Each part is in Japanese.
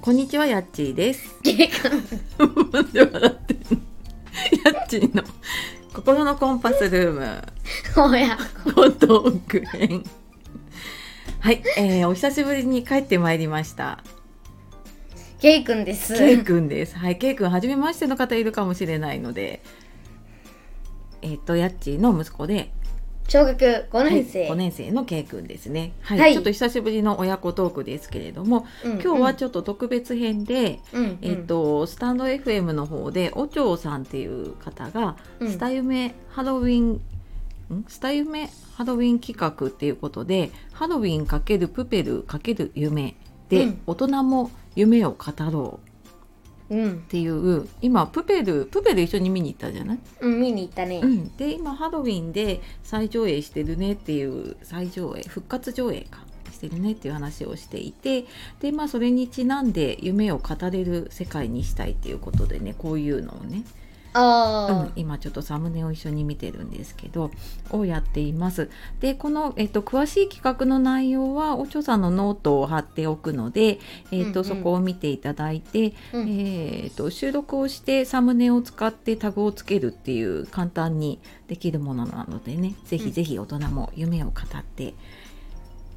こんにちは、やっちーです。なんで笑ってんの やっちーの心のコンパスルーム、親子ごトーク編。はい、えー、お久しぶりに帰ってまいりました。ケイくんですケイくんです。はい、ケイくん、はじめましての方いるかもしれないので、えっ、と、やっちーの息子で、小学5年生、 5年生のケイくんですね。はい、はいちょっと久しぶりの親子トークですけれども、うん今日はちょっと特別編で、うんうんえっ、と、スタンド FM の方で、おちょうさんっていう方が、うんスタユメハロウィン、んスタユメハロウィン企画っていうことで、ハロウィン×プペル×夢で、うん大人も夢を語ろううんっ、ていう、今、プペル、プペル一緒に見に行ったじゃないうん、見に行ったね、うん、で今ハロウィンで再上映してるねっていう再上映復活上映かしてるねっていう話をしていてでまあそれにちなんで夢を語れる世界にしたいっていうことでねこういうのをね、あうんあ、、今ちょっとサムネを一緒に見てるんですけどをやっています。でこの、えっと、詳しい企画の内容はおちょさんのノートを貼っておくので、えっとうんうんそこを見ていただいてうんえー、と収録をしてサムネを使ってタグをつけるっていう簡単にできるものなのでねぜひぜひ大人も夢を語ってい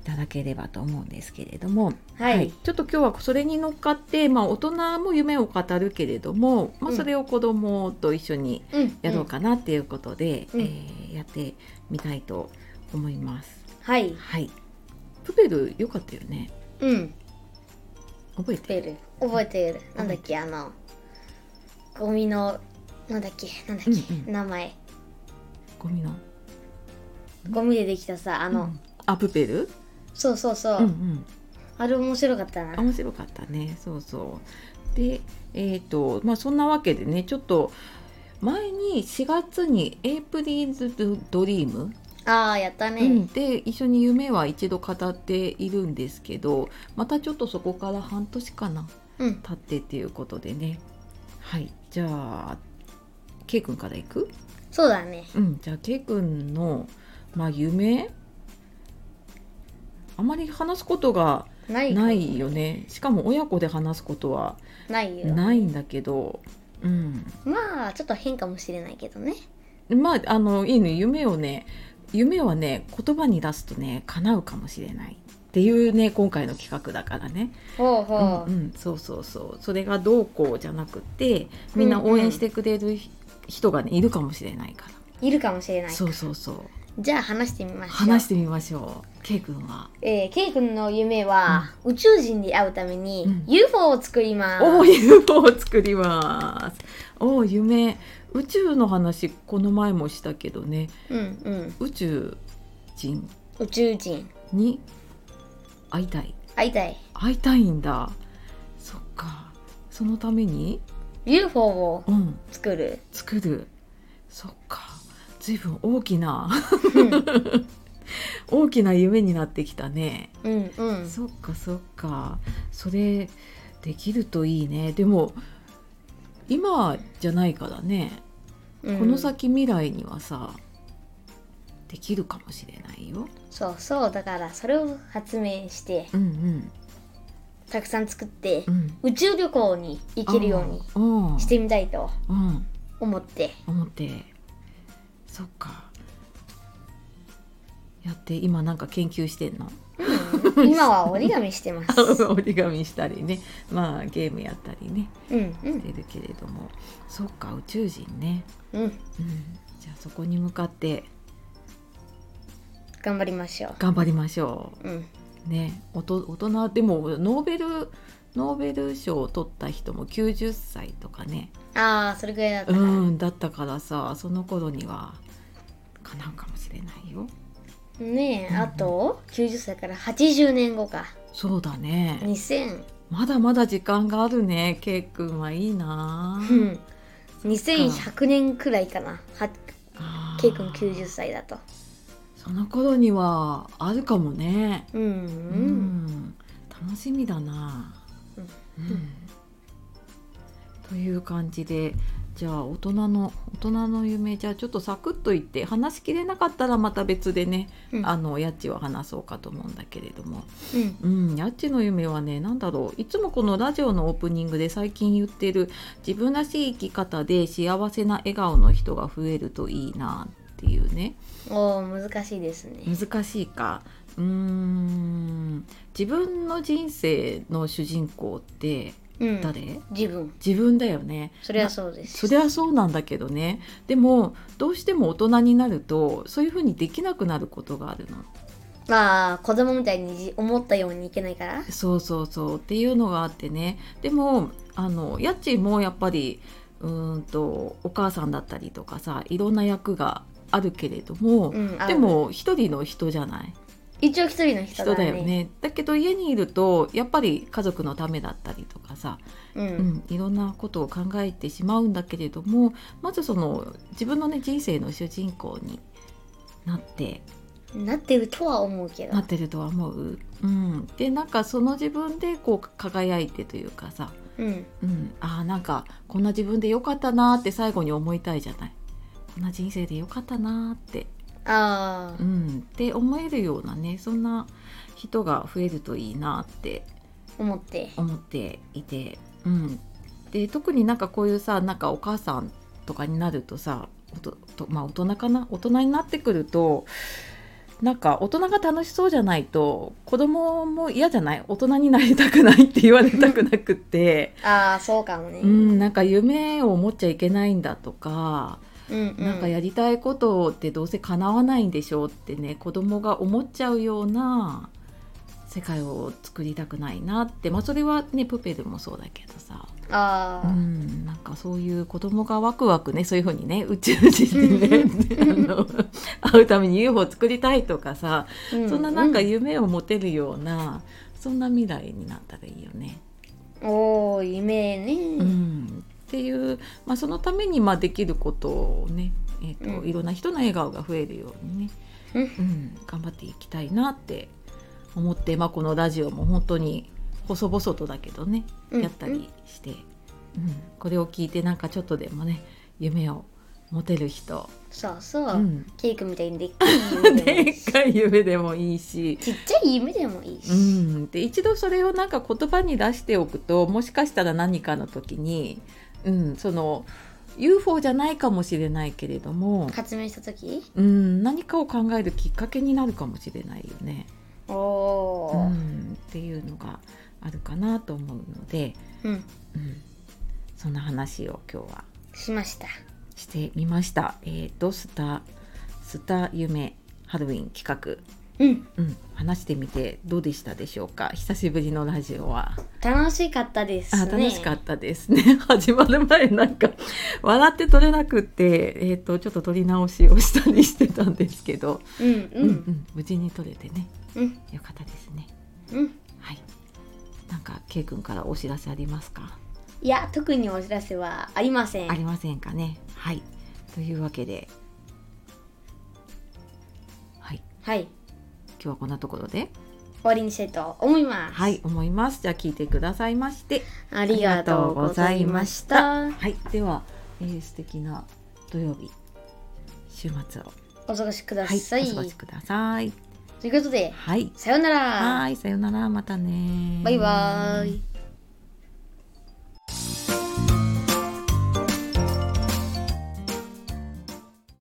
ただければと思うんですけれども、はい、ちょっと今日はそれに乗っかって、まあ、大人も夢を語るけれども、まあ、うんそれを子供と一緒にうんやろう、かなっていうことで、うんえーやってみたいと思います。んはいはい、プペル良かったよねうん覚えてベるル覚えてるなんだっけあのゴミのなんだっけなんだっけ、うんうん名前ゴミのゴミでできたさあの、うんあプペル、そうそうそうう、んうんあれ面白かったな面白かったねそうそうでえっ、とまあそんなわけでねちょっと前に4月に「エイプリルズ・ドリームああやった」ね、うんで一緒に夢は一度語っているんですけどまたちょっとそこから半年かなうん、経ってっていうことでねはいじゃあ K 君からいくそうだねうんじゃあ K 君の、まあ、夢あまり話すことがないないよねしかも親子で話すことはないよないんだけど、うん、まあちょっと変かもしれないけどねまああのいいね夢をね夢はね言葉に出すとね叶うかもしれないっていうね今回の企画だからね、ほううほう、んうん、そうそうそうそれがどうこうじゃなくてみんな応援してくれるひ人がねいるかもしれないから、いるかもしれないそうそうそうじゃあ話してみましょう話してみましょう K 君は、えー、ケイ君の夢は、宇宙人に会うためにうん UFO を作ります。おお UFO を作りますおお夢宇宙の話この前もしたけどねうんうん。宇宙人宇宙人に会いたい会いたい。会いたいんだそっかそのために UFO をうん 作る。作るそっか随分大きなうん大きな夢になってきたね、うんうん。そっかそっかそれできるといいねでも今じゃないからね、うんこの。先未来にはさできるかもしれないよそうそう。だからそれを発明して、うんたくさん作ってうんう、ん宇宙旅行に行けるようにあーうんしてみたいとうん思 って。思ってそっかやって今なんか研究してん のうん今は折り紙してま す。折り紙したりねまあゲームやったりねうんうしんてるけれどもそっか宇宙人ね、うん。うん、じゃあそこに向かって頑張りましょ頑張りましょう。うん。うねおと大人でもノーベルノーベル賞を取った人も90歳とかねああ、それぐらいだったうから。んだったからさその頃には叶うかもしれないよねうんえ、うんあと90歳から80年後か。そうだね2000。まだまだ時間があるね、ケイ君はいいなう。ん2100年くらいかなはあーケイ君90歳だとその頃にはあるかもね。うんううんん、楽しみだな。うんうんという感じで、じゃあ大人の大人の夢じゃあちょっとサクッと言って話しきれなかったらまた別でね、うんあのやっちは話そうかと思うんだけれどもうんうん、やっちの夢はね、なんだろう。いつもこのラジオのオープニングで最近言ってる自分らしい生き方で幸せな笑顔の人が増えるといいなっていうね。おー難しいですね難しいか。うーん、自分の人生の主人公ってうん誰、自分自分だよね。それはそうでそすりゃそうなんだけどね。でも、どうしても大人になると、そういうふうにできなくなることがあるの。まあ子供みたいにじ思ったようにいけないからそうそうそうっていうのがあってねでもあのやっちーもやっぱりうーんとお母さんだったりとかさいろんな役があるけれども、うんあるでも一人の人じゃない一応一人の人人だだねよねだけど家にいるとやっぱり家族のためだったりとかさ、ううんん、いろんなことを考えてしまうんだけれどもまずその自分のね人生の主人公になってなってるとは思うけどなってるとは思う、うん、でなんかその自分でこう輝いてというかさ、うんうん、あーなんかこんな自分でよかったなーって最後に思いたいじゃないこんな人生でよかったなーって、あうあん、って思えるようなねそんな人が増えるといいなって思って思っていて、うん、で特になんかこういうさなんかお母さんとかになるとさおととまあ大人かな大人になってくるとなんか大人が楽しそうじゃないと子供も嫌じゃない大人になりたくないって言われたくなくって、ああそうかもねうん、なんか夢を持っちゃいけないんだとか、うんうなんかやりたいことってどうせ叶わないんでしょうってね子供が思っちゃうような世界を作りたくないなってまあそれはねプペルもそうだけどさ、あうあん、なんかそういう子供がワクワクねそういうふうにね宇宙人にねあの会うために UFO 作りたいとかさそんななんかう夢を持てるようなそんな未来になったらいいよね。おお夢ねうんっていう、まあ、そのためにまあできることをね、えーとうんいろんな人の笑顔が増えるようにね、うんうん頑張っていきたいなって思って、まあ、このラジオも本当に細々とだけどねうんやったりして、うんこれを聞いてなんかちょっとでもね夢を持てる人、そうそう、うん、ケイ君みたいにでっかい夢 でもいでいっしかい夢でもいいし。ちっちゃい夢でもいいし、うん、で一度それをなんか言葉に出しておくともしかしたら何かの時に、うん、その UFO じゃないかもしれないけれども、発明した時うん、何かを考えるきっかけになるかもしれないよね、おうおん、っていうのがあるかなと思うので、ー、うん、うん、そんな話を今日はしましたしてみました。えー、とスタスタ夢ハロウィン企うん画、うん、話してみてどうでしたでしょうか久しぶりのラジオは。楽しかったですねあ楽しかったですね 始まる前なんか笑って取れなくって、えー、とちょっと取り直しをしたりしてたんですけど、うんううんうんん、無事に取れてねうんよかったですねうんはいなんか K 君からお知らせありますか、いや特にお知らせはありませんありませんかねはいというわけではいはい終今日はこんなところでわりにしたいと思いますはい思いますじゃあ聞いてくださいましてありがとうございましたはいでは、えー、素敵な土曜日週末をお過ごしくだはい、さい、お過ごしください。ということではい、さようならはい、さよなら、またね。バイバーイ